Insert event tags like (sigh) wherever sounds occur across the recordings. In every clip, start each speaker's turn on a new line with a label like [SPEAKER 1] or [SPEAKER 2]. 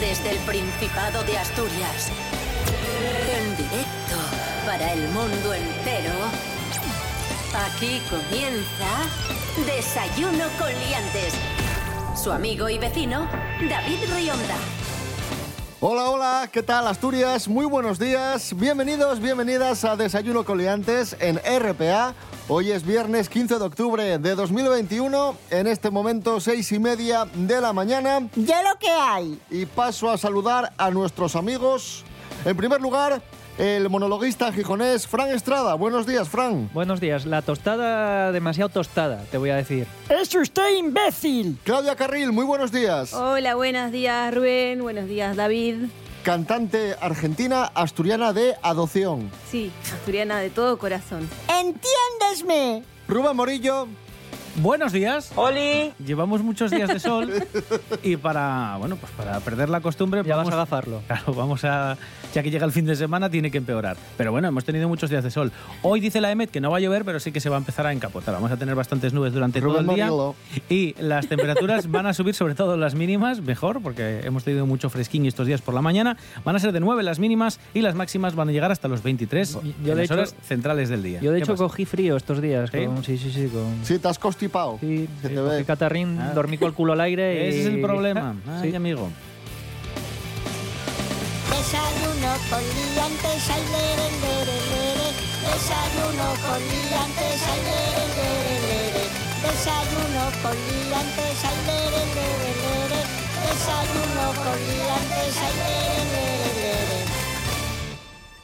[SPEAKER 1] Desde el Principado de Asturias. En directo para el mundo entero. Aquí comienza Desayuno con Liantes. Su amigo y vecino, David Rionda.
[SPEAKER 2] Hola, hola, ¿qué tal Asturias? Muy buenos días, bienvenidos, bienvenidas a Desayuno Coliantes en RPA. Hoy es viernes 15 de octubre de 2021, en este momento seis y media de la mañana.
[SPEAKER 3] ¡Ya lo que hay!
[SPEAKER 2] Y paso a saludar a nuestros amigos. En primer lugar, el monologuista gijonés Fran Estrada. Buenos días, Fran.
[SPEAKER 4] Buenos días. La tostada, demasiado tostada, te voy a decir.
[SPEAKER 5] ¡Es usted imbécil!
[SPEAKER 2] Claudia Carril, muy buenos días.
[SPEAKER 4] Oh.
[SPEAKER 6] Hola, buenos días Rubén, buenos días David.
[SPEAKER 2] Cantante argentina asturiana de adopción.
[SPEAKER 6] Sí, asturiana de todo corazón.
[SPEAKER 3] ¡Entiéndesme!
[SPEAKER 2] Rubén Morillo,
[SPEAKER 7] Buenos días.
[SPEAKER 5] ¡Oli!
[SPEAKER 7] Llevamos muchos días de
[SPEAKER 2] (laughs)
[SPEAKER 7] sol y para, bueno, pues para perder la costumbre
[SPEAKER 4] Ya vas a agafarlo.
[SPEAKER 7] Claro, vamos a ya que llega el fin de semana tiene que empeorar. Pero bueno, hemos tenido muchos días de sol. Hoy dice la EMET que no va a llover, pero sí que se va a empezar a encapotar. Vamos a tener bastantes nubes durante
[SPEAKER 2] Rubén
[SPEAKER 7] todo el día
[SPEAKER 2] Morillo.
[SPEAKER 7] y las temperaturas van a subir, sobre todo las mínimas, mejor, porque hemos tenido mucho fresquín estos días por la mañana. Van a ser de 9 las mínimas y las máximas van a llegar hasta los 23
[SPEAKER 4] Yo,
[SPEAKER 7] en
[SPEAKER 4] de
[SPEAKER 7] las
[SPEAKER 4] hecho-
[SPEAKER 7] horas centrales del día.
[SPEAKER 4] Yo de
[SPEAKER 7] ¿Qué
[SPEAKER 4] hecho
[SPEAKER 7] pasa?
[SPEAKER 4] cogí frío estos días.
[SPEAKER 7] ¿Sí?
[SPEAKER 4] con- sí, sí, sí, con-
[SPEAKER 2] Sí, te has constipado.
[SPEAKER 4] sí,
[SPEAKER 2] Se
[SPEAKER 4] sí,
[SPEAKER 2] te
[SPEAKER 4] cogí
[SPEAKER 2] ve.
[SPEAKER 4] catarrín,
[SPEAKER 7] Ah.
[SPEAKER 4] dormí con el culo al aire.
[SPEAKER 7] Ese es el
[SPEAKER 4] y- (laughs)
[SPEAKER 7] problema.
[SPEAKER 4] Ah,
[SPEAKER 7] Ay,
[SPEAKER 4] sí.
[SPEAKER 7] amigo.
[SPEAKER 3] Desayuno con liantes, ay, lere, lere, lere. Desayuno con liantes, ay, lere, lere, lere. Desayuno con liantes, ay, lere, lere, lere. Desayuno con liantes, ay, lere, lere, lere.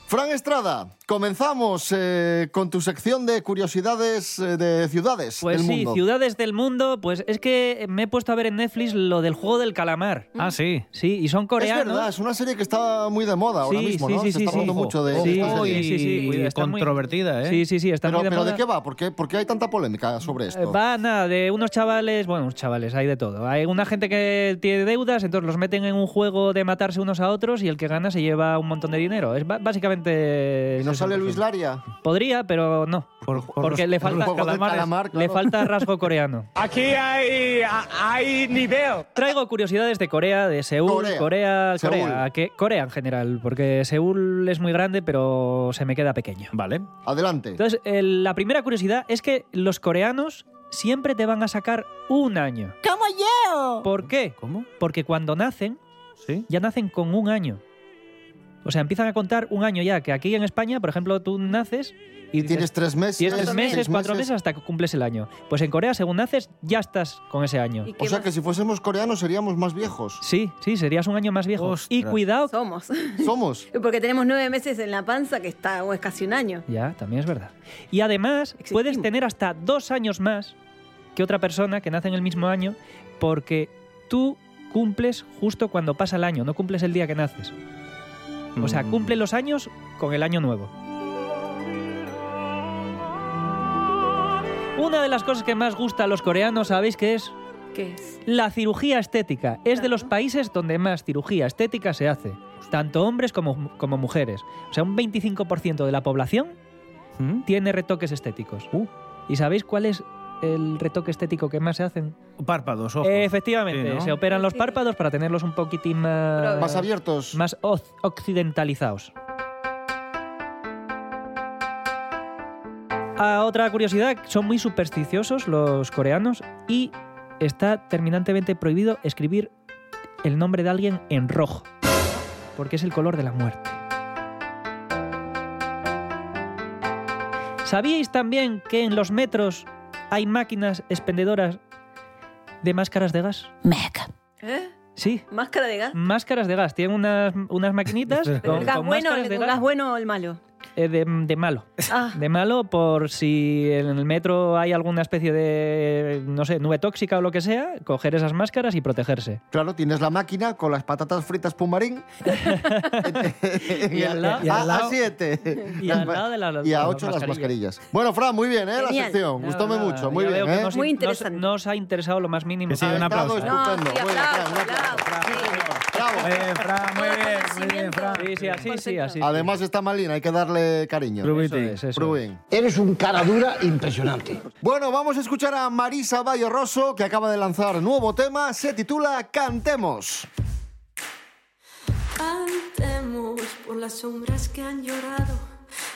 [SPEAKER 2] Fran Estrada, comenzamos eh, con tu sección de curiosidades eh, de ciudades
[SPEAKER 4] Pues
[SPEAKER 2] del
[SPEAKER 4] sí,
[SPEAKER 2] mundo.
[SPEAKER 4] ciudades del mundo. Pues es que me he puesto a ver en Netflix lo del juego del calamar.
[SPEAKER 7] Ah, sí.
[SPEAKER 4] Sí, y son
[SPEAKER 2] Es
[SPEAKER 4] coreanos.
[SPEAKER 2] verdad, es una serie que está muy de moda ahora
[SPEAKER 4] Sí,
[SPEAKER 2] mismo,
[SPEAKER 4] sí,
[SPEAKER 2] ¿no?
[SPEAKER 4] sí,
[SPEAKER 2] Se
[SPEAKER 4] sí,
[SPEAKER 2] está
[SPEAKER 4] sí.
[SPEAKER 2] hablando mucho de
[SPEAKER 4] Ojo,
[SPEAKER 2] esta
[SPEAKER 4] ojo,
[SPEAKER 2] serie.
[SPEAKER 4] y- sí, sí,
[SPEAKER 7] Y
[SPEAKER 4] cuidado, está muy-
[SPEAKER 7] controvertida, ¿eh?
[SPEAKER 4] Sí, sí, sí, está
[SPEAKER 2] Pero,
[SPEAKER 4] muy de
[SPEAKER 2] pero ¿de
[SPEAKER 4] moda.
[SPEAKER 2] qué va? ¿Por qué, por qué hay tanta polémica sobre
[SPEAKER 4] Eh,
[SPEAKER 2] esto?
[SPEAKER 4] Va nada, de unos chavales, bueno, unos chavales, hay de todo. Hay una gente que tiene deudas, entonces los meten en un juego de matarse unos a otros y el que gana se lleva un montón de dinero. Es ba- básicamente.
[SPEAKER 2] ¿Y no
[SPEAKER 4] es
[SPEAKER 2] sale
[SPEAKER 4] eso.
[SPEAKER 2] Luis Laria?
[SPEAKER 4] Podría, pero no.
[SPEAKER 7] Por- por
[SPEAKER 4] Porque
[SPEAKER 7] los-
[SPEAKER 4] le
[SPEAKER 2] por
[SPEAKER 4] falta,
[SPEAKER 2] los juegos del
[SPEAKER 4] calamares,
[SPEAKER 2] calamar,
[SPEAKER 4] le
[SPEAKER 2] claro. Ah.
[SPEAKER 4] falta
[SPEAKER 2] (laughs)
[SPEAKER 4] rasgo coreano.
[SPEAKER 5] Aquí hay, a- hay nivel.
[SPEAKER 4] Traigo curiosidades de Corea, de Seúl,
[SPEAKER 2] Corea.
[SPEAKER 4] Corea, Corea,
[SPEAKER 2] Seúl.
[SPEAKER 4] que- Corea en general, porque Seúl es muy grande, pero se me queda pequeño.
[SPEAKER 7] Vale.
[SPEAKER 2] Adelante.
[SPEAKER 4] Entonces, el- la primera curiosidad es que los coreanos siempre te van a sacar un año.
[SPEAKER 3] ¡Como yo!
[SPEAKER 4] ¿Por qué?
[SPEAKER 7] ¿Cómo?
[SPEAKER 4] Porque cuando nacen,
[SPEAKER 7] Sí.
[SPEAKER 4] ya nacen con un año. O sea, empiezan a contar un año ya, que aquí en España, por ejemplo, tú naces y
[SPEAKER 2] Y tienes
[SPEAKER 4] dices,
[SPEAKER 2] tres meses.
[SPEAKER 4] tienes tres
[SPEAKER 2] seis
[SPEAKER 4] meses, cuatro meses hasta que cumples el año. Pues en Corea, según naces, ya estás con ese año.
[SPEAKER 6] ¿Y qué
[SPEAKER 2] O sea
[SPEAKER 6] más
[SPEAKER 2] que si fuésemos coreanos seríamos más viejos.
[SPEAKER 4] Sí, sí, serías un año más viejo. Y
[SPEAKER 7] Ostras.
[SPEAKER 4] cuidado.
[SPEAKER 6] somos? (laughs)
[SPEAKER 4] (laughs)
[SPEAKER 2] Somos.
[SPEAKER 6] Porque tenemos nueve meses en la panza, que está o es casi un año.
[SPEAKER 4] Ya, también es verdad. Y además,
[SPEAKER 6] Existimos.
[SPEAKER 4] puedes tener hasta dos años más que otra persona que nace en el mismo año, porque tú cumples justo cuando pasa el año, no cumples el día que naces. O sea,
[SPEAKER 7] Mm.
[SPEAKER 4] cumple los años con el año nuevo. Una de las cosas que más gusta a los coreanos, ¿sabéis qué es?
[SPEAKER 6] ¿Qué es?
[SPEAKER 4] La cirugía estética. Es de los países donde más cirugía estética se hace. Tanto hombres como, como mujeres. O sea, un 25% de la población
[SPEAKER 7] ¿Mm?
[SPEAKER 4] tiene retoques estéticos.
[SPEAKER 7] Uh.
[SPEAKER 4] ¿Y sabéis cuál es el retoque estético que más se hacen?
[SPEAKER 7] Párpados, ojos.
[SPEAKER 4] Eh, Efectivamente,
[SPEAKER 7] Sí, ¿no?
[SPEAKER 4] se operan los
[SPEAKER 6] Sí.
[SPEAKER 4] párpados para tenerlos un poquitín más,
[SPEAKER 2] Más abiertos.
[SPEAKER 4] más oc- occidentalizados. A otra curiosidad, son muy supersticiosos los coreanos y está terminantemente prohibido escribir el nombre de alguien en rojo, porque es el color de la muerte. ¿Sabíais también que en los metros hay máquinas expendedoras de máscaras de gas?
[SPEAKER 3] Mega.
[SPEAKER 6] ¿Eh?
[SPEAKER 4] Sí,
[SPEAKER 6] ¿Máscara de gas?
[SPEAKER 4] máscaras de gas. Tienen unas, unas
[SPEAKER 2] (laughs)
[SPEAKER 4] maquinitas
[SPEAKER 7] Pero
[SPEAKER 6] ¿Pero
[SPEAKER 4] Mm. con,
[SPEAKER 6] el gas
[SPEAKER 4] con
[SPEAKER 6] bueno,
[SPEAKER 4] máscaras
[SPEAKER 6] el
[SPEAKER 4] de
[SPEAKER 6] gas
[SPEAKER 4] gas
[SPEAKER 6] bueno o el malo?
[SPEAKER 4] eh, de, de malo.
[SPEAKER 6] Ah,
[SPEAKER 4] De malo por si en el metro hay alguna especie de, no sé, nube tóxica o lo que sea, coger esas máscaras y protegerse.
[SPEAKER 2] Claro, tienes la máquina con las patatas fritas
[SPEAKER 4] (laughs)
[SPEAKER 2] pumarín. (laughs)
[SPEAKER 4] Y al lado-
[SPEAKER 2] y a 7. (laughs)
[SPEAKER 4] Y al lado de la-
[SPEAKER 2] Y a
[SPEAKER 4] las
[SPEAKER 2] 8 las
[SPEAKER 4] mascarillas.
[SPEAKER 2] mascarillas. Bueno, Fran, muy bien, ¿eh? La
[SPEAKER 6] Genial.
[SPEAKER 2] sección. Gustóme
[SPEAKER 4] Nada,
[SPEAKER 2] mucho. Muy
[SPEAKER 4] ya
[SPEAKER 2] bien,
[SPEAKER 4] veo que
[SPEAKER 2] ¿eh?
[SPEAKER 4] nos-
[SPEAKER 6] Muy
[SPEAKER 4] nos-
[SPEAKER 6] interesante.
[SPEAKER 4] Nos, ha interesado lo más mínimo.
[SPEAKER 7] Que sí,
[SPEAKER 2] Ha
[SPEAKER 7] un
[SPEAKER 2] estado
[SPEAKER 7] aplauso.
[SPEAKER 6] no,
[SPEAKER 2] Estupendo.
[SPEAKER 6] sí,
[SPEAKER 2] Muy bien,
[SPEAKER 6] aplauso,
[SPEAKER 2] Fran, gracias.
[SPEAKER 6] aplauso, sí.
[SPEAKER 7] Muy
[SPEAKER 2] Bravo.
[SPEAKER 7] bien, Fran, Eh, muy bien, muy bien, Fran.
[SPEAKER 4] Sí, sí, así, sí, así.
[SPEAKER 2] Además está Malina, hay que darle cariño.
[SPEAKER 7] Rubén.
[SPEAKER 4] Eso es, eso es.
[SPEAKER 2] Rubén.
[SPEAKER 8] Eres un cara dura impresionante.
[SPEAKER 2] Bueno, vamos a escuchar a Marisa Valle Rosso, que acaba de lanzar nuevo tema, se titula Cantemos.
[SPEAKER 9] Andemos por las sombras que han llorado,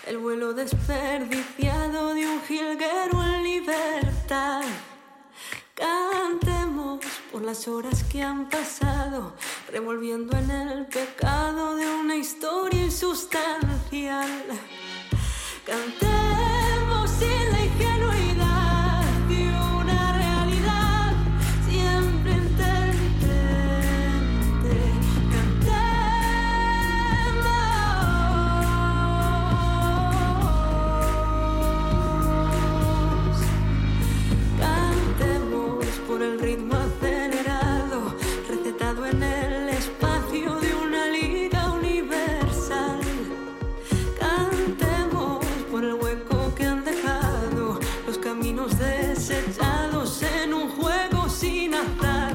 [SPEAKER 9] el vuelo desperdiciado de un jilguero en libertad. Cantemos por las horas que han pasado, revolviendo en el pecado de una historia insustancial. Cantemos sin la ingenuidad de una realidad siempre intermitente. Cantemos. Cantemos por el ritmo acelerado, recetado en el espacio de una liga universal. Cantemos por el hueco que han dejado los caminos desechados en un juego sin azar.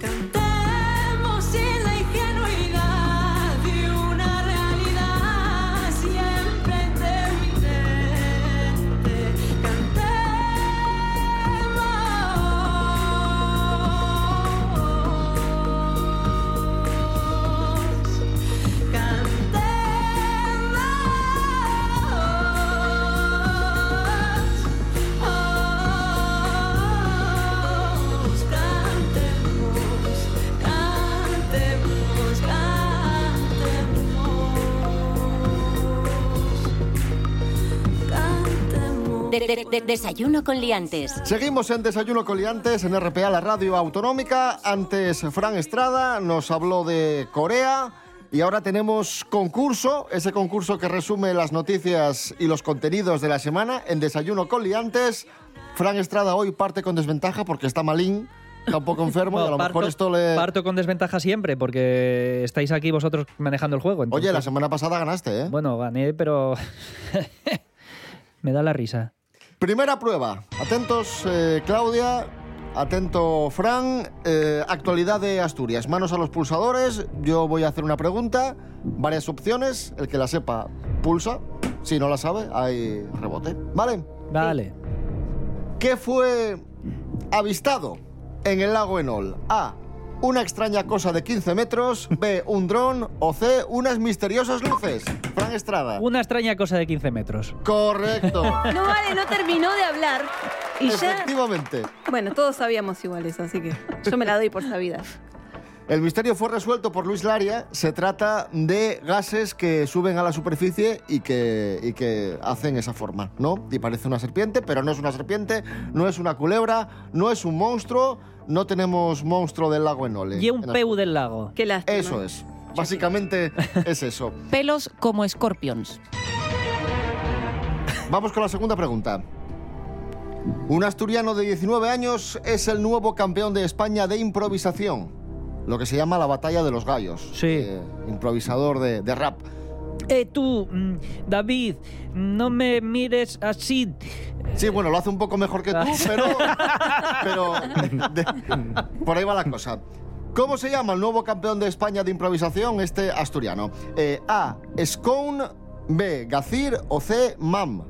[SPEAKER 9] Cantemos sin la ingenuidad de una realidad siempre intermitente. Cantemos. Cantemos, cantemos, cantemos, cantemos, cantemos.
[SPEAKER 1] De- de- de- desayuno con liantes.
[SPEAKER 2] Seguimos en Desayuno Coliantes en RPA, la radio autonómica. Antes Fran Estrada nos habló de Corea y ahora tenemos concurso, ese concurso que resume las noticias y los contenidos de la semana en Desayuno Coliantes. Fran Estrada hoy parte con desventaja porque está malín, está un poco enfermo y a
[SPEAKER 4] (laughs) Bueno,
[SPEAKER 2] lo mejor esto le...
[SPEAKER 4] parto con desventaja siempre, porque estáis aquí vosotros manejando el juego. entonces-
[SPEAKER 2] Oye, la semana pasada ganaste, ¿eh?
[SPEAKER 4] Bueno, gané, pero. (laughs) Me da la risa.
[SPEAKER 2] Primera prueba. Atentos, eh, Claudia. Atento, Fran. Eh, actualidad de Asturias. Manos a los pulsadores. Yo voy a hacer una pregunta. Varias opciones. El que la sepa, pulsa. Si no la sabe, hay rebote. ¿Vale?
[SPEAKER 4] Vale.
[SPEAKER 2] ¿Qué fue avistado en el lago Enol? A. Una extraña cosa de 15 metros. B. Un dron. O C. Unas misteriosas luces. Fran Estrada.
[SPEAKER 4] Una extraña cosa de 15 metros.
[SPEAKER 2] Correcto.
[SPEAKER 6] No vale, no terminó de hablar. (laughs) Y ya.
[SPEAKER 2] Efectivamente.
[SPEAKER 6] Bueno, todos sabíamos iguales, así que yo me la doy por sabida.
[SPEAKER 2] El misterio fue resuelto por Luis Laria. Se trata de gases que suben a la superficie y que, y que hacen esa forma, ¿no? Y parece una serpiente, pero no es una serpiente, no es una culebra, no es un monstruo, no tenemos monstruo del lago Enole.
[SPEAKER 4] Y un
[SPEAKER 2] En
[SPEAKER 4] peu del lago.
[SPEAKER 6] Qué
[SPEAKER 2] Asturias.
[SPEAKER 6] lástima.
[SPEAKER 2] Eso es.
[SPEAKER 4] (laughs)
[SPEAKER 2] Básicamente es eso.
[SPEAKER 10] Pelos como escorpions.
[SPEAKER 2] Vamos con la segunda pregunta. Un asturiano de 19 años es el nuevo campeón de España de improvisación, lo que se llama la batalla de los gallos. eh,
[SPEAKER 4] Sí.
[SPEAKER 2] improvisador de- de rap.
[SPEAKER 4] Eh, tú, mm, David, no me mires así.
[SPEAKER 2] Sí, bueno, lo hace un poco mejor que tú, pero. pero de- por ahí va la cosa. ¿Cómo se llama el nuevo campeón de España de improvisación, este asturiano? Eh, A. Scone, B. Gacir o C. Mam.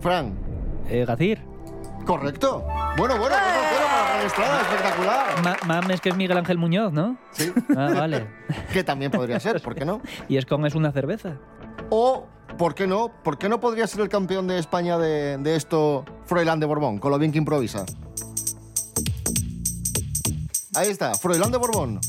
[SPEAKER 2] Fran,
[SPEAKER 4] Eh, Gacir.
[SPEAKER 2] correcto. Bueno, bueno, bueno, bueno, para Fran Estrada, espectacular.
[SPEAKER 4] Ma- mames, que es Miguel Ángel Muñoz, ¿no?
[SPEAKER 2] Sí,
[SPEAKER 4] Ah, vale.
[SPEAKER 2] que también podría ser, ¿por qué no?
[SPEAKER 4] Y Escon es una cerveza.
[SPEAKER 2] O, ¿por qué no? ¿Por qué no podría ser el campeón de España de, de esto Froilán de Borbón, con lo bien que improvisa? Ahí está, Froilán de Borbón.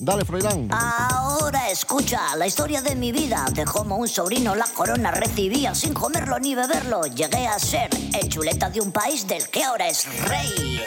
[SPEAKER 2] Dale, Froilán.
[SPEAKER 3] Ahora escucha la historia de mi vida, de cómo un sobrino la corona recibía sin comerlo ni beberlo. Llegué a ser el chuleta de un país del que ahora es rey.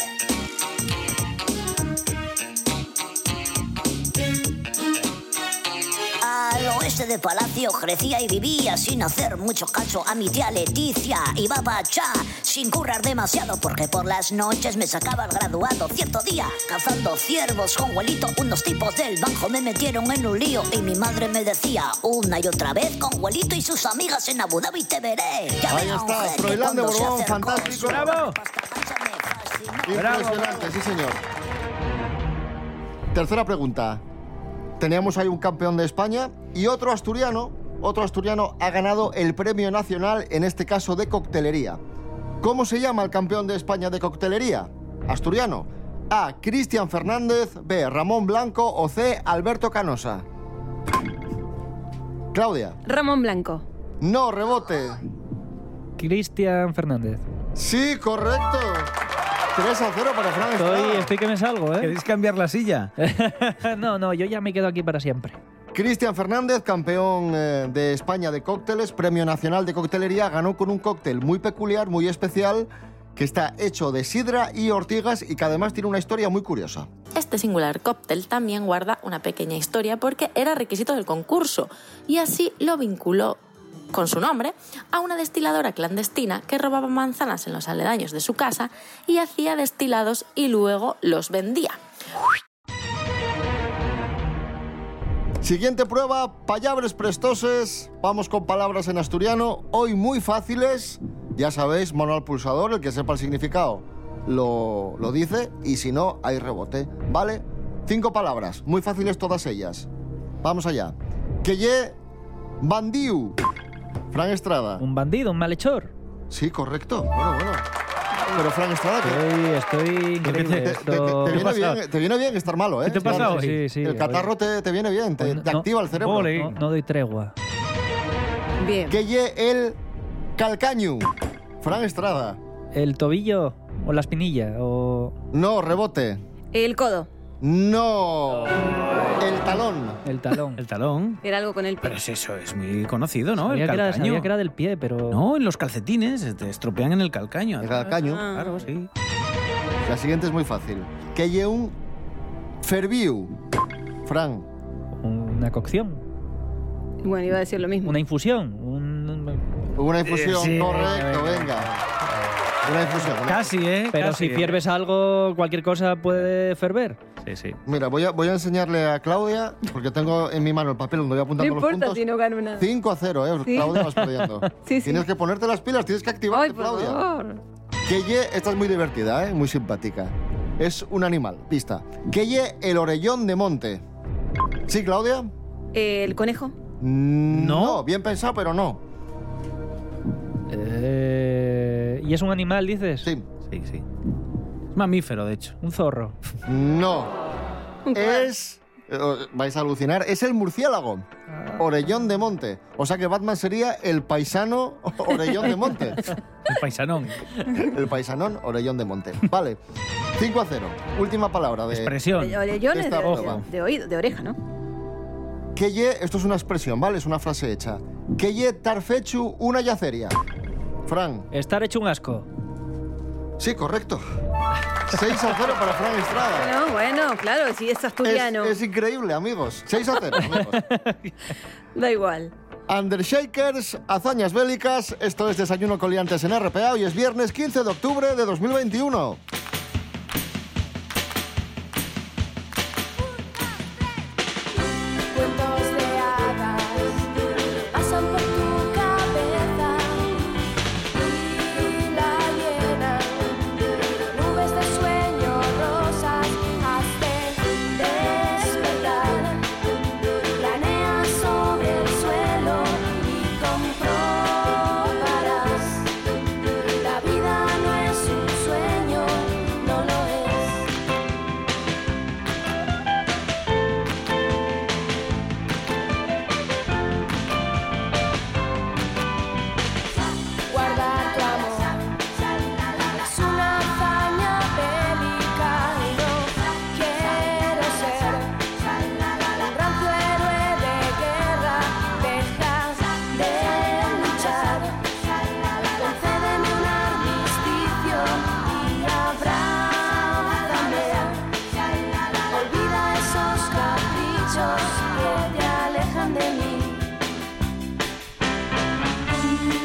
[SPEAKER 3] Al oeste de Palacio crecía y vivía sin hacer mucho caso a mi tía Leticia. Iba pa' allá sin currar demasiado porque por las noches me sacaba el graduado. Cierto día, cazando ciervos con Guelito, unos tipos del banco me metieron en un lío y mi madre me decía una y otra vez con Guelito y sus amigas en Abu Dhabi te veré. Ya
[SPEAKER 2] Ahí
[SPEAKER 3] verá un
[SPEAKER 2] está,
[SPEAKER 3] jeque
[SPEAKER 2] Froilán de
[SPEAKER 3] cuando se
[SPEAKER 2] Borbón,
[SPEAKER 3] acercó.
[SPEAKER 2] fantástico.
[SPEAKER 4] ¡Bravo!
[SPEAKER 3] Pasta gansa me fascinó.
[SPEAKER 2] Impresionante, sí, señor. Tercera pregunta. Teníamos ahí un campeón de España y otro asturiano, otro asturiano ha ganado el premio nacional, en este caso de coctelería. ¿Cómo se llama el campeón de España de coctelería? Asturiano. A. Cristian Fernández. B. Ramón Blanco. O C. Alberto Canosa. Claudia.
[SPEAKER 6] Ramón Blanco.
[SPEAKER 2] No, rebote.
[SPEAKER 4] Cristian Fernández.
[SPEAKER 2] Sí, correcto. 3 a 0 para Fran
[SPEAKER 4] Estoy,
[SPEAKER 2] Estrada.
[SPEAKER 4] estoy que me salgo, ¿eh?
[SPEAKER 7] ¿Queréis cambiar la silla?
[SPEAKER 4] (laughs) no, no, yo ya me quedo aquí para siempre.
[SPEAKER 2] Cristian Fernández, campeón eh, de España de cócteles, Premio Nacional de Coctelería, ganó con un cóctel muy peculiar, muy especial, que está hecho de sidra y ortigas y que además tiene una historia muy curiosa.
[SPEAKER 11] Este singular cóctel también guarda una pequeña historia porque era requisito del concurso y así lo vinculó con su nombre a una destiladora clandestina que robaba manzanas en los aledaños de su casa y hacía destilados y luego los vendía.
[SPEAKER 2] Siguiente prueba, palabras prestoses. Vamos con palabras en asturiano, hoy muy fáciles. Ya sabéis, mano al pulsador, el que sepa el significado lo, lo dice y si no, hay rebote. ¿Vale? Cinco palabras, muy fáciles todas ellas. Vamos allá. Que ye bandiu. Fran Estrada.
[SPEAKER 4] Un bandido, un malhechor.
[SPEAKER 2] Sí, correcto. Bueno, bueno. Pero Fran Estrada, que-
[SPEAKER 4] Estoy, estoy increíble.
[SPEAKER 2] te, te-
[SPEAKER 4] Esto...
[SPEAKER 2] te viene
[SPEAKER 7] ¿Qué pasa?
[SPEAKER 2] bien, te viene bien estar malo, ¿eh?
[SPEAKER 7] ¿Qué te pasa
[SPEAKER 2] Claro,
[SPEAKER 7] hoy?
[SPEAKER 4] Sí, sí,
[SPEAKER 2] El
[SPEAKER 4] hoy-
[SPEAKER 2] catarro te, te viene bien, te,
[SPEAKER 4] hoy
[SPEAKER 2] te
[SPEAKER 4] no-
[SPEAKER 2] activa el cerebro.
[SPEAKER 7] Ole.
[SPEAKER 4] No, no doy tregua.
[SPEAKER 6] Bien.
[SPEAKER 2] Que ye el calcañu. Fran Estrada.
[SPEAKER 4] El tobillo o la espinilla o
[SPEAKER 2] No, rebote.
[SPEAKER 6] El codo.
[SPEAKER 2] No. El talón.
[SPEAKER 4] el talón.
[SPEAKER 7] El talón.
[SPEAKER 6] Era algo con el pie.
[SPEAKER 7] Pero es eso, es muy conocido, ¿no?
[SPEAKER 4] sabía,
[SPEAKER 7] el
[SPEAKER 4] que era,
[SPEAKER 7] calcaño.
[SPEAKER 4] sabía que era del pie, pero...
[SPEAKER 7] No, en los calcetines, te estropean en el calcaño.
[SPEAKER 2] El calcaño.
[SPEAKER 4] Ah.
[SPEAKER 7] Claro, sí.
[SPEAKER 2] La siguiente es muy fácil. Que ye un ferviu. Fran.
[SPEAKER 4] Una cocción,
[SPEAKER 6] Bueno, iba a decir lo mismo.
[SPEAKER 4] una infusión, un...
[SPEAKER 2] Una infusión,
[SPEAKER 7] Eh, Sí,
[SPEAKER 2] correcto, venga. Una infusión. una-
[SPEAKER 7] Casi, ¿eh?
[SPEAKER 4] Pero
[SPEAKER 7] Casi,
[SPEAKER 4] si
[SPEAKER 7] ¿eh?
[SPEAKER 4] hierves algo, cualquier cosa puede ferver.
[SPEAKER 7] Sí, sí.
[SPEAKER 2] Mira, voy a, voy a enseñarle a Claudia, porque tengo en mi mano el papel donde voy
[SPEAKER 6] No
[SPEAKER 2] apuntando los
[SPEAKER 6] importa
[SPEAKER 2] puntos.
[SPEAKER 6] si no gano nada.
[SPEAKER 2] 5 a 0, ¿eh?
[SPEAKER 6] Sí.
[SPEAKER 2] Claudia vas perdiendo.
[SPEAKER 6] (laughs) Sí, sí.
[SPEAKER 2] Tienes que ponerte las pilas, tienes que activarte,
[SPEAKER 6] Ay, por
[SPEAKER 2] Claudia.
[SPEAKER 6] favor.
[SPEAKER 2] Que ye, esta es muy divertida, ¿eh? Muy simpática. Es un animal, pista. Que ye el orellón de monte. ¿Sí, Claudia?
[SPEAKER 6] El conejo.
[SPEAKER 2] Mm,
[SPEAKER 7] No.
[SPEAKER 2] bien pensado, pero no.
[SPEAKER 4] Eh, ¿Y es un animal, dices?
[SPEAKER 2] Sí.
[SPEAKER 7] Sí, sí. Es mamífero, de hecho.
[SPEAKER 4] Un zorro.
[SPEAKER 2] No. es... eh, Vais a alucinar. Es el murciélago. Orellón de monte. O sea que Batman sería el paisano orellón de monte.
[SPEAKER 7] El
[SPEAKER 2] (laughs)
[SPEAKER 7] paisanón.
[SPEAKER 2] El paisanón orellón de monte. Vale. 5 a 0. Última palabra de...
[SPEAKER 7] Expresión.
[SPEAKER 6] De orellones
[SPEAKER 2] Esta
[SPEAKER 6] de,
[SPEAKER 2] boca.
[SPEAKER 6] de- de oído, de oreja, ¿no?
[SPEAKER 2] Que ye, esto es una expresión, ¿vale? Es una frase hecha. Que ye tarfechu una yaceria. Fran.
[SPEAKER 4] Estar hecho un asco.
[SPEAKER 2] Sí, correcto. 6 a 0 para Fran Estrada.
[SPEAKER 6] No, bueno, claro, si es asturiano.
[SPEAKER 2] Es, es increíble, amigos. 6 a 0, amigos.
[SPEAKER 6] Da igual.
[SPEAKER 2] Undershakers, hazañas bélicas. Esto es Desayuno con Liantes en RPA. Hoy es viernes 15 de octubre de 2021.
[SPEAKER 9] Cuentos de hadas pasan por tu cabeza y la llenan nubes de sueño rosas hacen despertar planea sobre el suelo y comprobarás la vida no es un sueño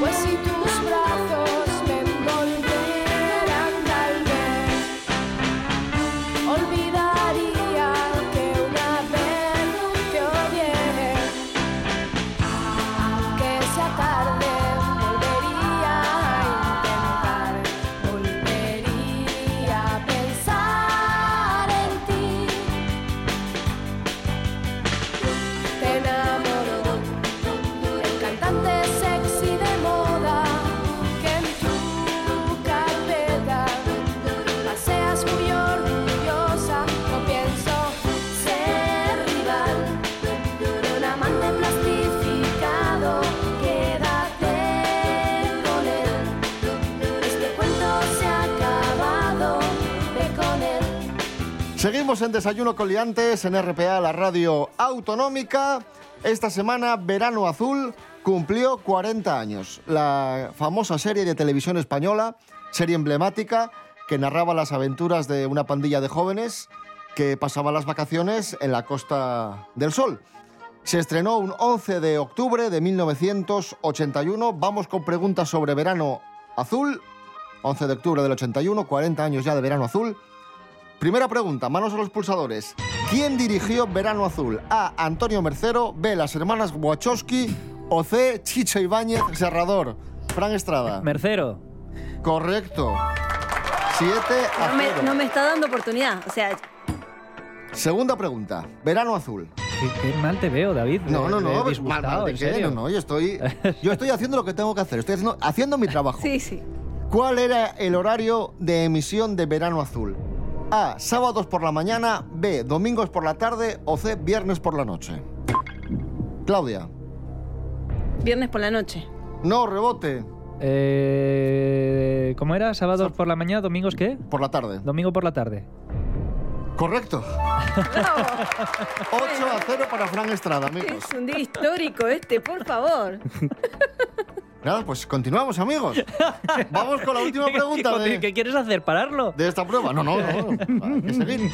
[SPEAKER 9] Pues Este
[SPEAKER 2] Seguimos en Desayuno con Liantes en RPA, la radio autonómica. Esta semana, Verano Azul cumplió 40 años. La famosa serie de televisión española, serie emblemática, que narraba las aventuras de una pandilla de jóvenes que pasaban las vacaciones en la Costa del Sol. Se estrenó un 11 de octubre de 1981. Vamos con preguntas sobre Verano Azul. 11 de octubre del 81, 40 años ya de Verano Azul. Primera pregunta, manos a los pulsadores. ¿Quién dirigió Verano Azul? A. Antonio Mercero, B. Las hermanas Wachowski o C. Chicho Ibáñez Serrador. Fran Estrada.
[SPEAKER 4] Mercero.
[SPEAKER 2] Correcto. 7 a
[SPEAKER 6] No me,
[SPEAKER 2] cero.
[SPEAKER 6] no me está dando oportunidad. O sea,
[SPEAKER 2] Segunda pregunta, Verano Azul.
[SPEAKER 4] Qué, qué mal te veo, David. de-
[SPEAKER 2] No, no,
[SPEAKER 4] de
[SPEAKER 2] no, pues, mal,
[SPEAKER 4] disgustado,
[SPEAKER 2] mal, ¿de
[SPEAKER 4] en
[SPEAKER 2] qué?
[SPEAKER 4] serio.
[SPEAKER 2] No, no, yo estoy, yo estoy haciendo lo que tengo que hacer, estoy haciendo, haciendo mi trabajo.
[SPEAKER 6] sí, sí.
[SPEAKER 2] ¿Cuál era el horario de emisión de Verano Azul? A. Sábados por la mañana, B. Domingos por la tarde o C. Viernes por la noche. Claudia.
[SPEAKER 6] Viernes por la noche.
[SPEAKER 2] No, rebote.
[SPEAKER 4] Eh, ¿Cómo era? ¿Sábados por la mañana? ¿Domingos qué?
[SPEAKER 2] Por la tarde.
[SPEAKER 4] Domingo por la tarde.
[SPEAKER 2] Correcto.
[SPEAKER 9] Oh.
[SPEAKER 2] 8 a 0 para Fran Estrada, amigos.
[SPEAKER 6] Es un día histórico este, por favor.
[SPEAKER 2] Nada, pues continuamos, amigos. Vamos con la última
[SPEAKER 4] (laughs) ¿Qué- qué-
[SPEAKER 2] pregunta de,
[SPEAKER 4] ¿Qué quieres hacer? ¿Pararlo?
[SPEAKER 2] de esta prueba. No, no,
[SPEAKER 7] (laughs)
[SPEAKER 2] no. Hay que seguir.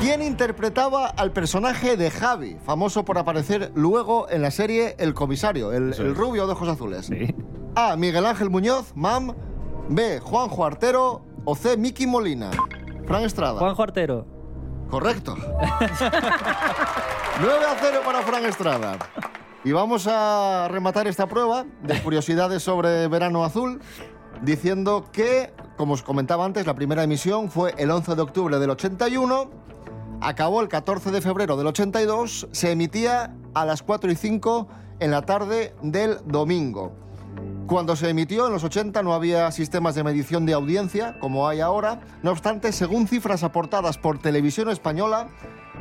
[SPEAKER 2] ¿Quién interpretaba al personaje de Javi, famoso por aparecer luego en la serie El Comisario, el,
[SPEAKER 7] Eso
[SPEAKER 2] el
[SPEAKER 7] es.
[SPEAKER 2] rubio de ojos azules?
[SPEAKER 7] Sí.
[SPEAKER 2] A. Miguel Ángel Muñoz, Mam. B. Juanjo Artero. O C. Miki Molina. Fran Estrada.
[SPEAKER 4] Juanjo Artero.
[SPEAKER 2] Correcto. (laughs) 9 a 0 para Fran Estrada. Y vamos a rematar esta prueba de curiosidades sobre Verano Azul diciendo que, como os comentaba antes, la primera emisión fue el 11 de octubre del 81, acabó el 14 de febrero del 82, se emitía a las 4 y 5 en la tarde del domingo. Cuando se emitió en los 80 no había sistemas de medición de audiencia como hay ahora. No obstante, según cifras aportadas por Televisión Española,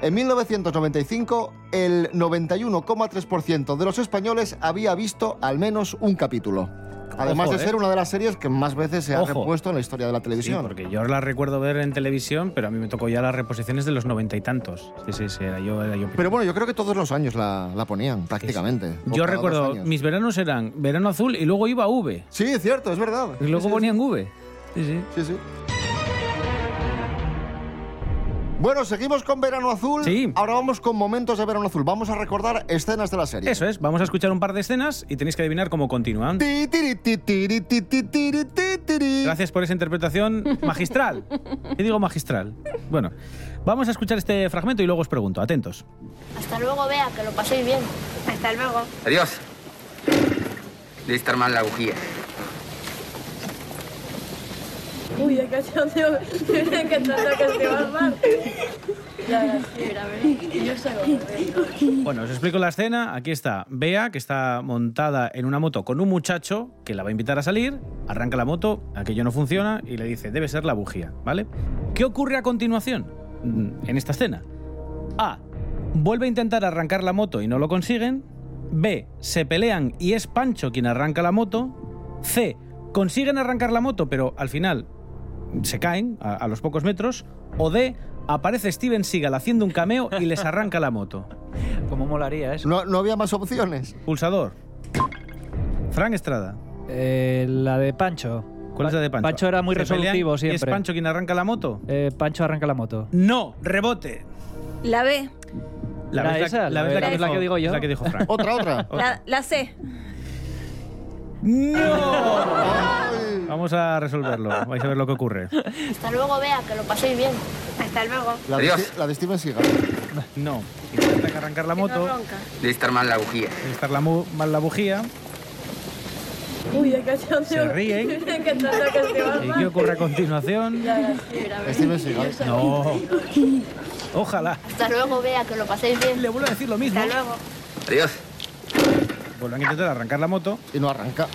[SPEAKER 2] en 1995 el 91,3% de los españoles había visto al menos un capítulo. Además
[SPEAKER 7] Ojo,
[SPEAKER 2] de
[SPEAKER 7] ¿eh?
[SPEAKER 2] ser una de las series que más veces se ha
[SPEAKER 7] Ojo.
[SPEAKER 2] repuesto en la historia de la
[SPEAKER 7] Sí,
[SPEAKER 2] televisión.
[SPEAKER 7] porque yo la recuerdo ver en televisión, pero a mí me tocó ya las reposiciones de los noventa y tantos. Sí, sí, sí, era yo, era yo
[SPEAKER 2] Pero bueno, yo creo que todos los años la, la ponían, prácticamente. O
[SPEAKER 7] Yo
[SPEAKER 2] cada dos
[SPEAKER 7] recuerdo,
[SPEAKER 2] años.
[SPEAKER 7] mis veranos eran verano azul y luego iba V.
[SPEAKER 2] Sí, cierto, es verdad.
[SPEAKER 7] Y luego ponían V. Sí, sí.
[SPEAKER 2] Sí, sí. Bueno, seguimos con Verano Azul.
[SPEAKER 7] Sí.
[SPEAKER 2] Ahora vamos con momentos de Verano Azul. Vamos a recordar escenas de la serie.
[SPEAKER 7] Eso es, vamos a escuchar un par de escenas y tenéis que adivinar cómo continúan.
[SPEAKER 2] Ti, tiri, ti, tiri, ti, ti, tiri, ti, tiri.
[SPEAKER 7] Gracias por esa interpretación
[SPEAKER 2] (laughs)
[SPEAKER 7] magistral. Y digo magistral. Bueno, vamos a escuchar este fragmento y luego os pregunto. Atentos.
[SPEAKER 3] Hasta luego, vea, que lo paséis bien. Hasta luego.
[SPEAKER 12] Adiós. Debe estar mal la bujía.
[SPEAKER 6] Uy, acá se me hubiera encantado que se va a armar.
[SPEAKER 7] Bueno, os explico la escena. Aquí está Bea, que está montada en una moto con un muchacho que la va a invitar a salir. Arranca la moto, aquello no funciona y le dice, debe ser la bujía, ¿vale? ¿Qué ocurre a continuación mm, en esta escena? A. Vuelve a intentar arrancar la moto y no lo consiguen. B. Se pelean y es Pancho quien arranca la moto. C. Consiguen arrancar la moto, pero al final se caen a, a los pocos metros. O D. Aparece Steven Seagal haciendo un cameo y les arranca la moto.
[SPEAKER 4] ¿Cómo molaría eso?
[SPEAKER 2] No, no había más opciones.
[SPEAKER 7] Pulsador. Frank Estrada.
[SPEAKER 4] Eh, la de Pancho.
[SPEAKER 7] ¿Cuál es la de Pancho?
[SPEAKER 4] Pancho era muy
[SPEAKER 7] ¿Se pelean
[SPEAKER 4] resolutivo
[SPEAKER 7] y ¿Es
[SPEAKER 4] siempre.
[SPEAKER 7] Pancho quien arranca la moto?
[SPEAKER 4] Eh, Pancho arranca la moto.
[SPEAKER 7] No, rebote.
[SPEAKER 6] La B,
[SPEAKER 4] ¿Era
[SPEAKER 7] vez
[SPEAKER 4] esa?
[SPEAKER 7] la,
[SPEAKER 4] ¿La
[SPEAKER 7] vez
[SPEAKER 4] de-
[SPEAKER 7] la que,
[SPEAKER 4] es la
[SPEAKER 7] dijo-
[SPEAKER 4] que digo yo?
[SPEAKER 7] Es la que
[SPEAKER 4] (laughs)
[SPEAKER 7] dijo Frank.
[SPEAKER 2] Otra,
[SPEAKER 7] (laughs)
[SPEAKER 2] otra.
[SPEAKER 6] la, la C.
[SPEAKER 7] ¡No!
[SPEAKER 2] Ay.
[SPEAKER 7] (laughs) Vamos a resolverlo. Vais a ver lo que
[SPEAKER 4] (laughs)
[SPEAKER 7] ocurre.
[SPEAKER 3] Hasta luego, vea, que lo paséis bien. Hasta luego.
[SPEAKER 2] La de,
[SPEAKER 12] Adiós.
[SPEAKER 2] Ste- la de Steven Seagal.
[SPEAKER 7] No. Intentan arrancar la moto.
[SPEAKER 12] Debe estar mal la bujía.
[SPEAKER 7] Debe estar la mu- mal la bujía.
[SPEAKER 6] Uy, acá se (laughs)
[SPEAKER 7] Se ríen.
[SPEAKER 6] hubiera encantado que se va a
[SPEAKER 7] ¿Y qué ocurre a continuación?
[SPEAKER 2] Steven Seagal.
[SPEAKER 7] No. Ojalá.
[SPEAKER 3] Hasta luego, vea, que lo paséis bien.
[SPEAKER 7] Le vuelvo a decir lo mismo.
[SPEAKER 12] Adiós.
[SPEAKER 7] Vuelven a intentar arrancar la moto.
[SPEAKER 2] Y no arranca.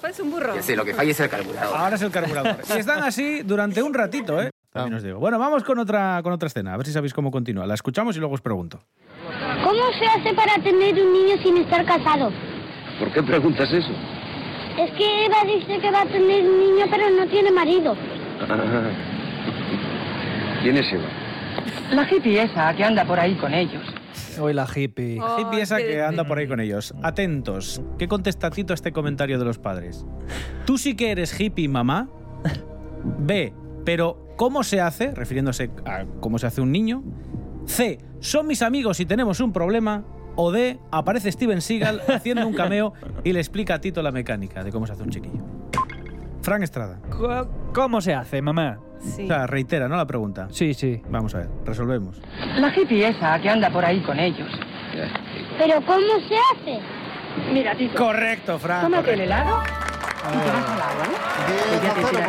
[SPEAKER 6] Parece un burro.
[SPEAKER 12] Ya sé, lo que falla es el carburador.
[SPEAKER 7] Ahora es el carburador. Si están así durante un ratito, ¿eh? También os digo. Bueno, vamos con otra, con otra escena, a ver si sabéis cómo continúa. La escuchamos y luego os pregunto.
[SPEAKER 3] ¿Cómo se hace para tener un niño sin estar casado?
[SPEAKER 8] ¿Por qué preguntas eso?
[SPEAKER 3] Es que Eva dice que va a tener un niño, pero no tiene marido.
[SPEAKER 8] ¿Quién es Eva?
[SPEAKER 13] La hippie esa que anda por ahí con ellos.
[SPEAKER 4] Hoy la hippie.
[SPEAKER 3] Oh.
[SPEAKER 7] La hippie esa que anda por ahí con ellos. Atentos. ¿Qué contesta Tito a este comentario de los padres? Tú sí que eres hippie, mamá. B. Pero ¿cómo se hace? Refiriéndose a cómo se hace un niño. C. Son mis amigos y tenemos un problema. O D. Aparece Steven Seagal haciendo un cameo y le explica a Tito la mecánica de cómo se hace un chiquillo. Frank Estrada.
[SPEAKER 4] ¿Cómo se hace, mamá?
[SPEAKER 7] Sí. O sea, reitera, ¿no? La pregunta.
[SPEAKER 4] Sí, sí.
[SPEAKER 7] Vamos a ver, resolvemos.
[SPEAKER 13] La hippie esa que anda por ahí con ellos.
[SPEAKER 3] ¿Pero cómo se hace?
[SPEAKER 13] Mira, Tito.
[SPEAKER 7] Correcto, Frank.
[SPEAKER 13] Tómate el
[SPEAKER 7] correcto.
[SPEAKER 13] helado y te vas al agua,
[SPEAKER 2] Diez
[SPEAKER 13] Que ya te
[SPEAKER 2] a cero
[SPEAKER 13] tirará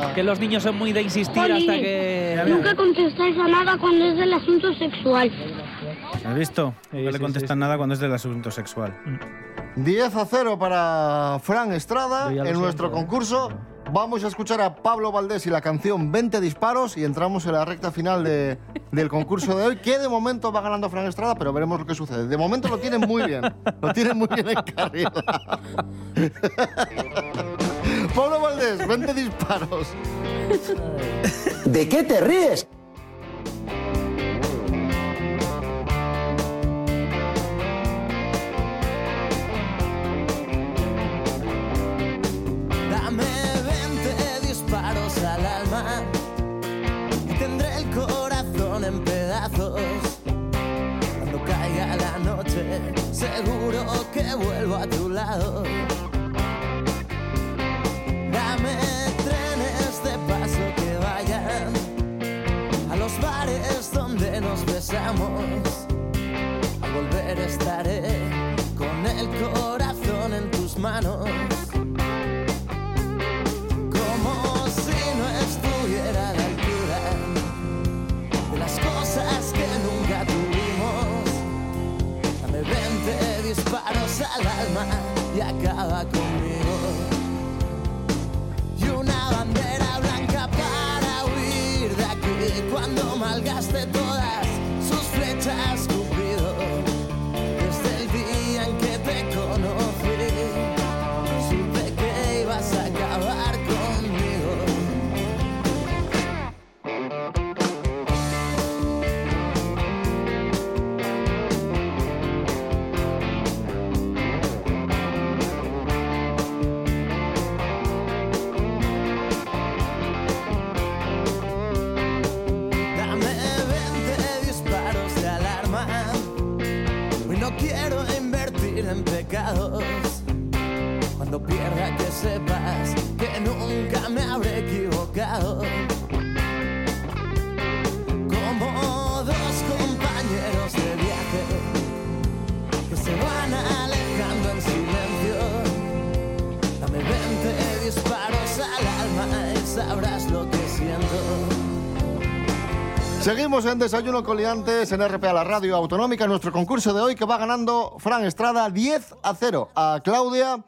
[SPEAKER 2] para-
[SPEAKER 4] Que los niños son muy de insistir
[SPEAKER 3] Jolín,
[SPEAKER 4] hasta que...
[SPEAKER 3] Nunca contestáis a nada cuando es del asunto sexual.
[SPEAKER 7] ¿Has visto? no le
[SPEAKER 4] sí,
[SPEAKER 7] contestan nada cuando es del asunto sexual.
[SPEAKER 2] 10 a 0 para Fran Estrada
[SPEAKER 4] Yo ya
[SPEAKER 2] en
[SPEAKER 4] lo
[SPEAKER 2] nuestro
[SPEAKER 4] siento, eh.
[SPEAKER 2] concurso. Vamos a escuchar a Pablo Valdés y la canción 20 disparos y entramos en la recta final de- del concurso de hoy, que de momento va ganando Fran Estrada, pero veremos lo que sucede. De momento lo tienen muy bien, lo tienen muy bien encarrilado. (laughs) Pablo Valdés, 20 disparos.
[SPEAKER 14] ¿De qué te ríes?
[SPEAKER 15] Dame 20 disparos al alma y tendré el corazón en pedazos. Cuando caiga la noche, seguro que vuelvo a tu lado. Dame trenes de paso que vayan a los bares donde nos besamos. Al volver estaré con el corazón en tus manos. Como si no estuviera a la altura de las cosas que nunca tuvimos. Dame 20 disparos al alma y acaba conmigo. Y una bandera blanca para huir de aquí cuando malgaste todas sus flechas, Cupido. Desde el día en que te conocí supe que ibas a acabar conmigo. Dame 20 disparos de alarma. Hoy no quiero invertir en pecados. Cuando pierda que sepas que nunca me habré equivocado. Como dos compañeros de viaje que se van alejando en silencio. Dame 20 disparos al alma y sabrás lo que siento.
[SPEAKER 2] Seguimos en Desayuno Coliantes en RPA, la radio autonómica. Nuestro concurso de hoy que va ganando Fran Estrada 10 a 0 a Claudia.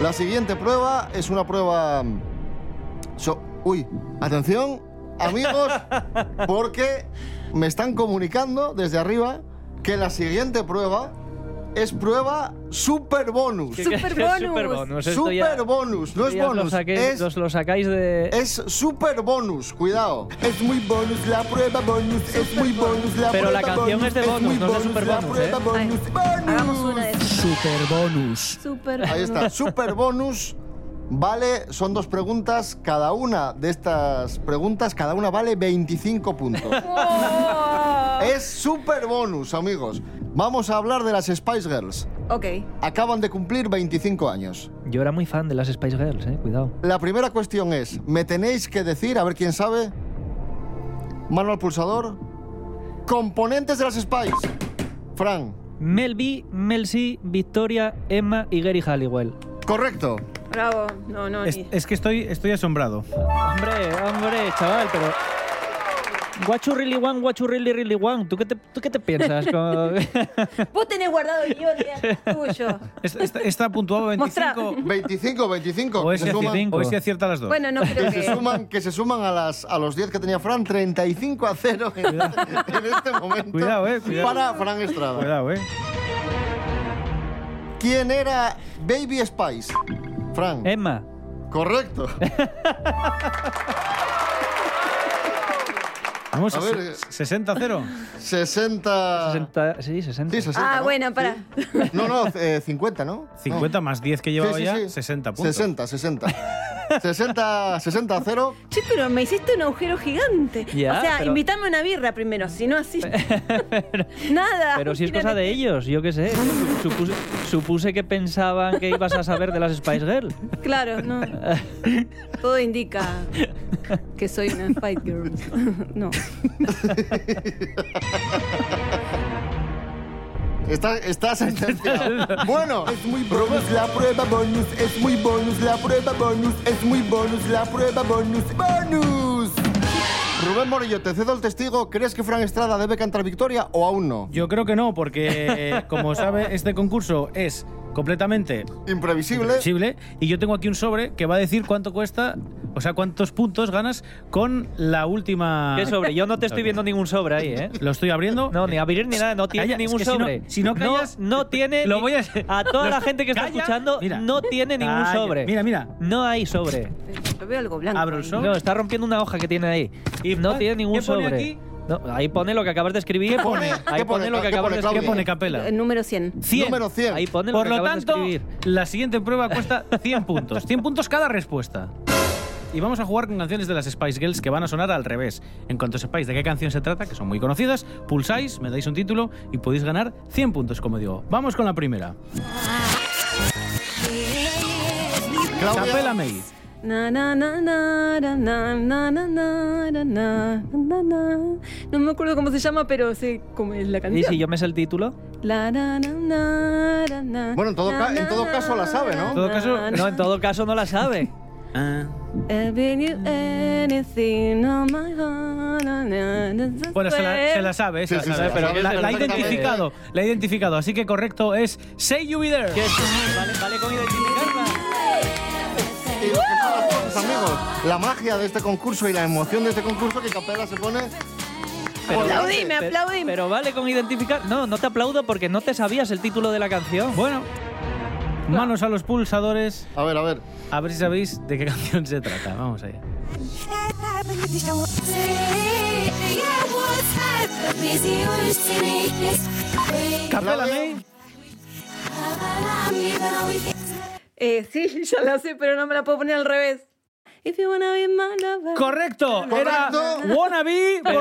[SPEAKER 2] La siguiente prueba es una prueba... mm, so- Uy, atención, amigos, porque me están comunicando desde arriba que la siguiente prueba es prueba super bonus.
[SPEAKER 4] (laughs) Que- que- Superbonus. superbonus, esto ya-
[SPEAKER 2] bonus, no es
[SPEAKER 4] Ya os lo
[SPEAKER 2] bonus,
[SPEAKER 4] saquéis-
[SPEAKER 2] es
[SPEAKER 4] os lo sacáis de...
[SPEAKER 2] es super bonus, cuidado. Es muy bonus, la prueba bonus, es muy bonus, la
[SPEAKER 4] Pero
[SPEAKER 2] prueba
[SPEAKER 4] la canción es de bonus,
[SPEAKER 2] muy
[SPEAKER 4] no es de
[SPEAKER 2] la
[SPEAKER 4] superbonus,
[SPEAKER 2] prueba
[SPEAKER 4] ¿eh?
[SPEAKER 2] bonus.
[SPEAKER 6] Hagamos una de esas.
[SPEAKER 4] Super bonus.
[SPEAKER 6] Super.
[SPEAKER 2] Ahí está, super bonus. Vale, son dos preguntas. Cada una de estas preguntas, cada una vale 25 puntos.
[SPEAKER 6] Oh.
[SPEAKER 2] es super bonus, amigos. Vamos a hablar de las Spice Girls.
[SPEAKER 6] Ok.
[SPEAKER 2] Acaban de cumplir 25 años.
[SPEAKER 4] Yo era muy fan de las Spice Girls, eh, cuidado.
[SPEAKER 2] La primera cuestión es, me tenéis que decir, a ver quién sabe, mano al pulsador, componentes de las Spice. Fran,
[SPEAKER 4] Mel B, Mel C, Victoria, Emma y Gary Halliwell.
[SPEAKER 2] correcto.
[SPEAKER 6] Bravo. No, no,
[SPEAKER 7] Es,
[SPEAKER 6] ni.
[SPEAKER 7] es que estoy, estoy asombrado.
[SPEAKER 4] Hombre, hombre, chaval, pero... What you really want, what you really, really want. ¿Tú qué te, tú qué te piensas? Con-
[SPEAKER 6] Vos tenés guardado el guión ya, tuyo.
[SPEAKER 7] Es- Está, está puntuado 25.
[SPEAKER 2] 25, 25.
[SPEAKER 7] O es
[SPEAKER 2] que, se
[SPEAKER 7] si
[SPEAKER 2] suman,
[SPEAKER 7] acierta, o es si acierta las dos.
[SPEAKER 6] Bueno, no creo
[SPEAKER 2] que se
[SPEAKER 6] que.
[SPEAKER 2] suman, que se suman a, las, a los 10 que tenía Fran, 35 a 0 en, en este momento.
[SPEAKER 7] Cuidado, eh, cuidado.
[SPEAKER 2] Para Fran Estrada.
[SPEAKER 7] Cuidado, eh.
[SPEAKER 2] ¿Quién era Baby Spice? Fran.
[SPEAKER 4] (laughs)
[SPEAKER 7] Eh.
[SPEAKER 4] Emma.
[SPEAKER 7] (laughs)
[SPEAKER 2] Correcto.
[SPEAKER 7] Vamos
[SPEAKER 2] A
[SPEAKER 7] a,
[SPEAKER 2] ver, eh.
[SPEAKER 7] 60 0.
[SPEAKER 2] 60.
[SPEAKER 4] sí, 60.
[SPEAKER 2] Ah. Sí, 60.
[SPEAKER 6] Ah,
[SPEAKER 2] ¿no?
[SPEAKER 6] bueno, para.
[SPEAKER 2] No, no, eh, 50, ¿no?
[SPEAKER 7] 50 más 10 que llevaba
[SPEAKER 2] Sí, sí,
[SPEAKER 7] ya,
[SPEAKER 2] sí.
[SPEAKER 7] 60 puntos.
[SPEAKER 2] 60, 60. 60, 60 a 0.
[SPEAKER 6] Che, pero me hiciste un agujero gigante.
[SPEAKER 4] Ya,
[SPEAKER 6] o sea,
[SPEAKER 4] pero-
[SPEAKER 6] invítame una birra primero, si no así. Nada.
[SPEAKER 4] (laughs) Pero si es cosa de ellos, yo qué sé. Supuse, supuse que pensaban que ibas a saber de las Spice Girls.
[SPEAKER 6] Claro,
[SPEAKER 7] (laughs)
[SPEAKER 6] no. Todo indica que soy una Fight Girl. (laughs) No.
[SPEAKER 2] Está, está sentenciado. bueno, es muy bonus la prueba bonus, es muy bonus la prueba bonus, es muy bonus la prueba bonus, bonus. Rubén Morillo, te cedo el testigo. ¿Crees que Fran Estrada debe cantar victoria o aún no?
[SPEAKER 7] Yo creo que no, porque como sabe, este concurso es completamente
[SPEAKER 2] Imprevisible.
[SPEAKER 7] imprevisible y yo tengo aquí un sobre que va a decir cuánto cuesta, o sea, cuántos puntos ganas con la última...
[SPEAKER 4] ¿Qué sobre? Yo no te estoy viendo ningún sobre ahí,
[SPEAKER 7] (laughs)
[SPEAKER 4] ¿eh?
[SPEAKER 7] Lo estoy abriendo.
[SPEAKER 4] No, ni abrir ni nada, no tiene
[SPEAKER 7] Calla, es
[SPEAKER 4] ningún
[SPEAKER 7] que si no-
[SPEAKER 4] sobre.
[SPEAKER 7] si no callas-
[SPEAKER 4] no, no tiene.
[SPEAKER 7] Lo
[SPEAKER 4] ni-
[SPEAKER 7] voy a...
[SPEAKER 4] A toda
[SPEAKER 7] (laughs) lo-
[SPEAKER 4] la gente que está
[SPEAKER 7] Calla,
[SPEAKER 4] escuchando,
[SPEAKER 7] mira.
[SPEAKER 4] no tiene ningún
[SPEAKER 7] Calla.
[SPEAKER 4] sobre.
[SPEAKER 7] Mira, mira.
[SPEAKER 4] No hay sobre.
[SPEAKER 6] Yo veo algo blanco.
[SPEAKER 7] Abro el
[SPEAKER 6] ahí.
[SPEAKER 7] sobre.
[SPEAKER 4] No, está rompiendo una hoja que tiene ahí.
[SPEAKER 7] Y
[SPEAKER 4] No
[SPEAKER 7] pa-
[SPEAKER 4] tiene ningún
[SPEAKER 7] ¿qué pone
[SPEAKER 4] sobre.
[SPEAKER 7] aquí?
[SPEAKER 4] No, ahí pone lo que acabas de escribir.
[SPEAKER 7] ¿Qué pone?
[SPEAKER 4] Ahí
[SPEAKER 2] ¿Qué pone,
[SPEAKER 4] pone lo que
[SPEAKER 2] qué
[SPEAKER 4] acabas de
[SPEAKER 2] pone,
[SPEAKER 4] escribir.
[SPEAKER 7] ¿Qué
[SPEAKER 2] Claudia?
[SPEAKER 7] pone Capela?
[SPEAKER 6] El número 100.
[SPEAKER 7] 100.
[SPEAKER 2] Número 100.
[SPEAKER 4] Ahí pone lo
[SPEAKER 7] Por
[SPEAKER 4] que
[SPEAKER 7] lo
[SPEAKER 4] acabas
[SPEAKER 7] tanto,
[SPEAKER 4] de escribir.
[SPEAKER 7] la siguiente prueba cuesta 100 puntos. 100 puntos cada respuesta. Y vamos a jugar con canciones de las Spice Girls que van a sonar al revés. En cuanto sepáis de qué canción se trata, que son muy conocidas, pulsáis, me dais un título y podéis ganar 100 puntos, como digo. Vamos con la primera. Capela May.
[SPEAKER 6] Na, na, na, na, na, na, na, na, na, na, na, na, na. No me acuerdo cómo se llama, pero sé cómo es la
[SPEAKER 4] Y
[SPEAKER 6] canción.
[SPEAKER 4] si yo me sé el título.
[SPEAKER 6] La, na, na, na, na, na.
[SPEAKER 2] Bueno, en todo
[SPEAKER 6] Na,
[SPEAKER 2] ca- en
[SPEAKER 6] na,
[SPEAKER 2] todo
[SPEAKER 6] na,
[SPEAKER 2] caso la sabe, ¿no?
[SPEAKER 6] na,
[SPEAKER 2] En
[SPEAKER 4] todo caso,
[SPEAKER 6] na,
[SPEAKER 4] no,
[SPEAKER 6] na.
[SPEAKER 4] en todo caso no la
[SPEAKER 7] (laughs)
[SPEAKER 4] sabe.
[SPEAKER 7] Ah.
[SPEAKER 6] I've been you anything on my heart, na, na, na, na,
[SPEAKER 7] Bueno, se la, se la sabe, se
[SPEAKER 2] Sí,
[SPEAKER 7] la
[SPEAKER 2] sí,
[SPEAKER 7] sabe,
[SPEAKER 2] se la
[SPEAKER 7] pero
[SPEAKER 2] sabe
[SPEAKER 7] la, la ha
[SPEAKER 2] perfectamente.
[SPEAKER 7] identificado, la ha identificado. Así que correcto es Say You Be There.
[SPEAKER 4] ¿Qué es? ¿Vale, vale con identificarla?
[SPEAKER 2] Y lo que son las cosas, pues, amigos, la magia de este concurso y la emoción de este concurso que Capela se pone.
[SPEAKER 6] Aplaudime,
[SPEAKER 4] Pero-
[SPEAKER 6] aplaudime.
[SPEAKER 4] Pero vale con identificar. No, no te aplaudo porque no te sabías el título de la canción.
[SPEAKER 7] Bueno, manos a los pulsadores.
[SPEAKER 2] A ver, a ver.
[SPEAKER 7] A ver si sabéis de qué (laughs) canción se trata. Vamos allá. Capela May.
[SPEAKER 6] Eh, sí, ya la sé, pero no me la puedo poner al revés. If you wanna be my lover.
[SPEAKER 7] Correcto. Era
[SPEAKER 2] Correcto.
[SPEAKER 7] Wannabe.
[SPEAKER 4] Pero-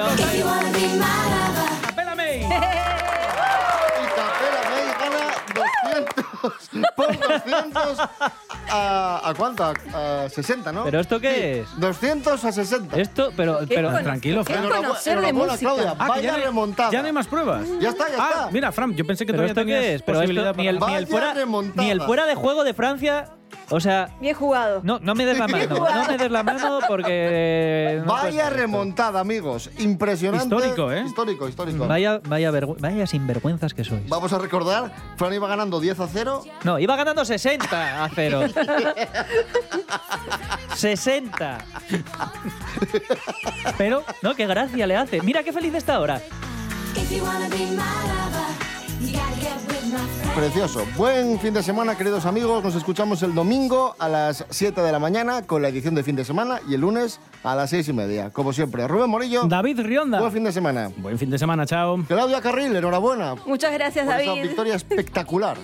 [SPEAKER 2] (laughs)
[SPEAKER 7] Capela May.
[SPEAKER 2] Y Capela May gana 200 (laughs) por 200 a, ¿a cuánto? A, a 60, ¿no?
[SPEAKER 4] ¿Pero esto qué es?
[SPEAKER 2] 200 a 60.
[SPEAKER 4] Esto, pero, pero
[SPEAKER 6] cono-
[SPEAKER 7] tranquilo,
[SPEAKER 6] qué
[SPEAKER 7] Fran.
[SPEAKER 6] conocer de
[SPEAKER 2] Enhorabuena,
[SPEAKER 6] música.
[SPEAKER 2] Claudia.
[SPEAKER 7] Ah, que
[SPEAKER 2] Vaya
[SPEAKER 7] ya no hay-
[SPEAKER 2] remontada.
[SPEAKER 7] Ya no hay más pruebas.
[SPEAKER 2] Ya está, ya
[SPEAKER 7] ah,
[SPEAKER 2] está.
[SPEAKER 7] mira, Fran, yo pensé que
[SPEAKER 4] ¿Pero
[SPEAKER 7] todavía
[SPEAKER 4] esto
[SPEAKER 7] tenías
[SPEAKER 4] qué es? Pero
[SPEAKER 7] posibilidad
[SPEAKER 4] esto, ni,
[SPEAKER 7] para-
[SPEAKER 4] el, ni el
[SPEAKER 2] Vaya
[SPEAKER 4] fuera,
[SPEAKER 2] remontada.
[SPEAKER 4] ni el fuera de juego de Francia. O sea,
[SPEAKER 6] Bien jugado.
[SPEAKER 4] no, no me des
[SPEAKER 6] (laughs)
[SPEAKER 4] la mano. No me des la mano
[SPEAKER 2] (laughs)
[SPEAKER 4] porque. no puede
[SPEAKER 2] Vaya
[SPEAKER 4] ser.
[SPEAKER 2] remontada, amigos. Impresionante.
[SPEAKER 7] Histórico, ¿eh?
[SPEAKER 2] Histórico, histórico.
[SPEAKER 4] Vaya, vaya, vergü- vaya sinvergüenzas que sois.
[SPEAKER 2] Vamos a recordar, Fran iba ganando 10 a 0.
[SPEAKER 4] No, iba ganando 60 a
[SPEAKER 2] (laughs)
[SPEAKER 4] 0. 60. Pero, no, qué gracia le hace. Mira qué feliz está ahora.
[SPEAKER 2] Precioso. Buen fin de semana, queridos amigos. Nos escuchamos el domingo a las 7 de la mañana con la edición de fin de semana y el lunes a las 6 y media. Como siempre, Rubén Morillo.
[SPEAKER 7] David Rionda.
[SPEAKER 2] Buen fin de semana.
[SPEAKER 7] Buen fin de semana, chao.
[SPEAKER 2] Claudia Carril, enhorabuena. por
[SPEAKER 6] Muchas gracias,
[SPEAKER 2] esa
[SPEAKER 6] David. (laughs)
[SPEAKER 2] victoria espectacular.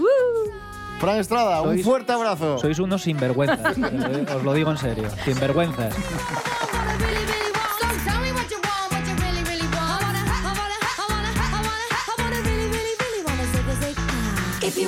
[SPEAKER 2] Fran Estrada, un
[SPEAKER 4] Sois-
[SPEAKER 2] fuerte abrazo.
[SPEAKER 4] Sois unos sinvergüenzas. eh, Os lo digo en serio. Sinvergüenzas.
[SPEAKER 9] If you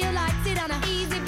[SPEAKER 9] you likes it on a easy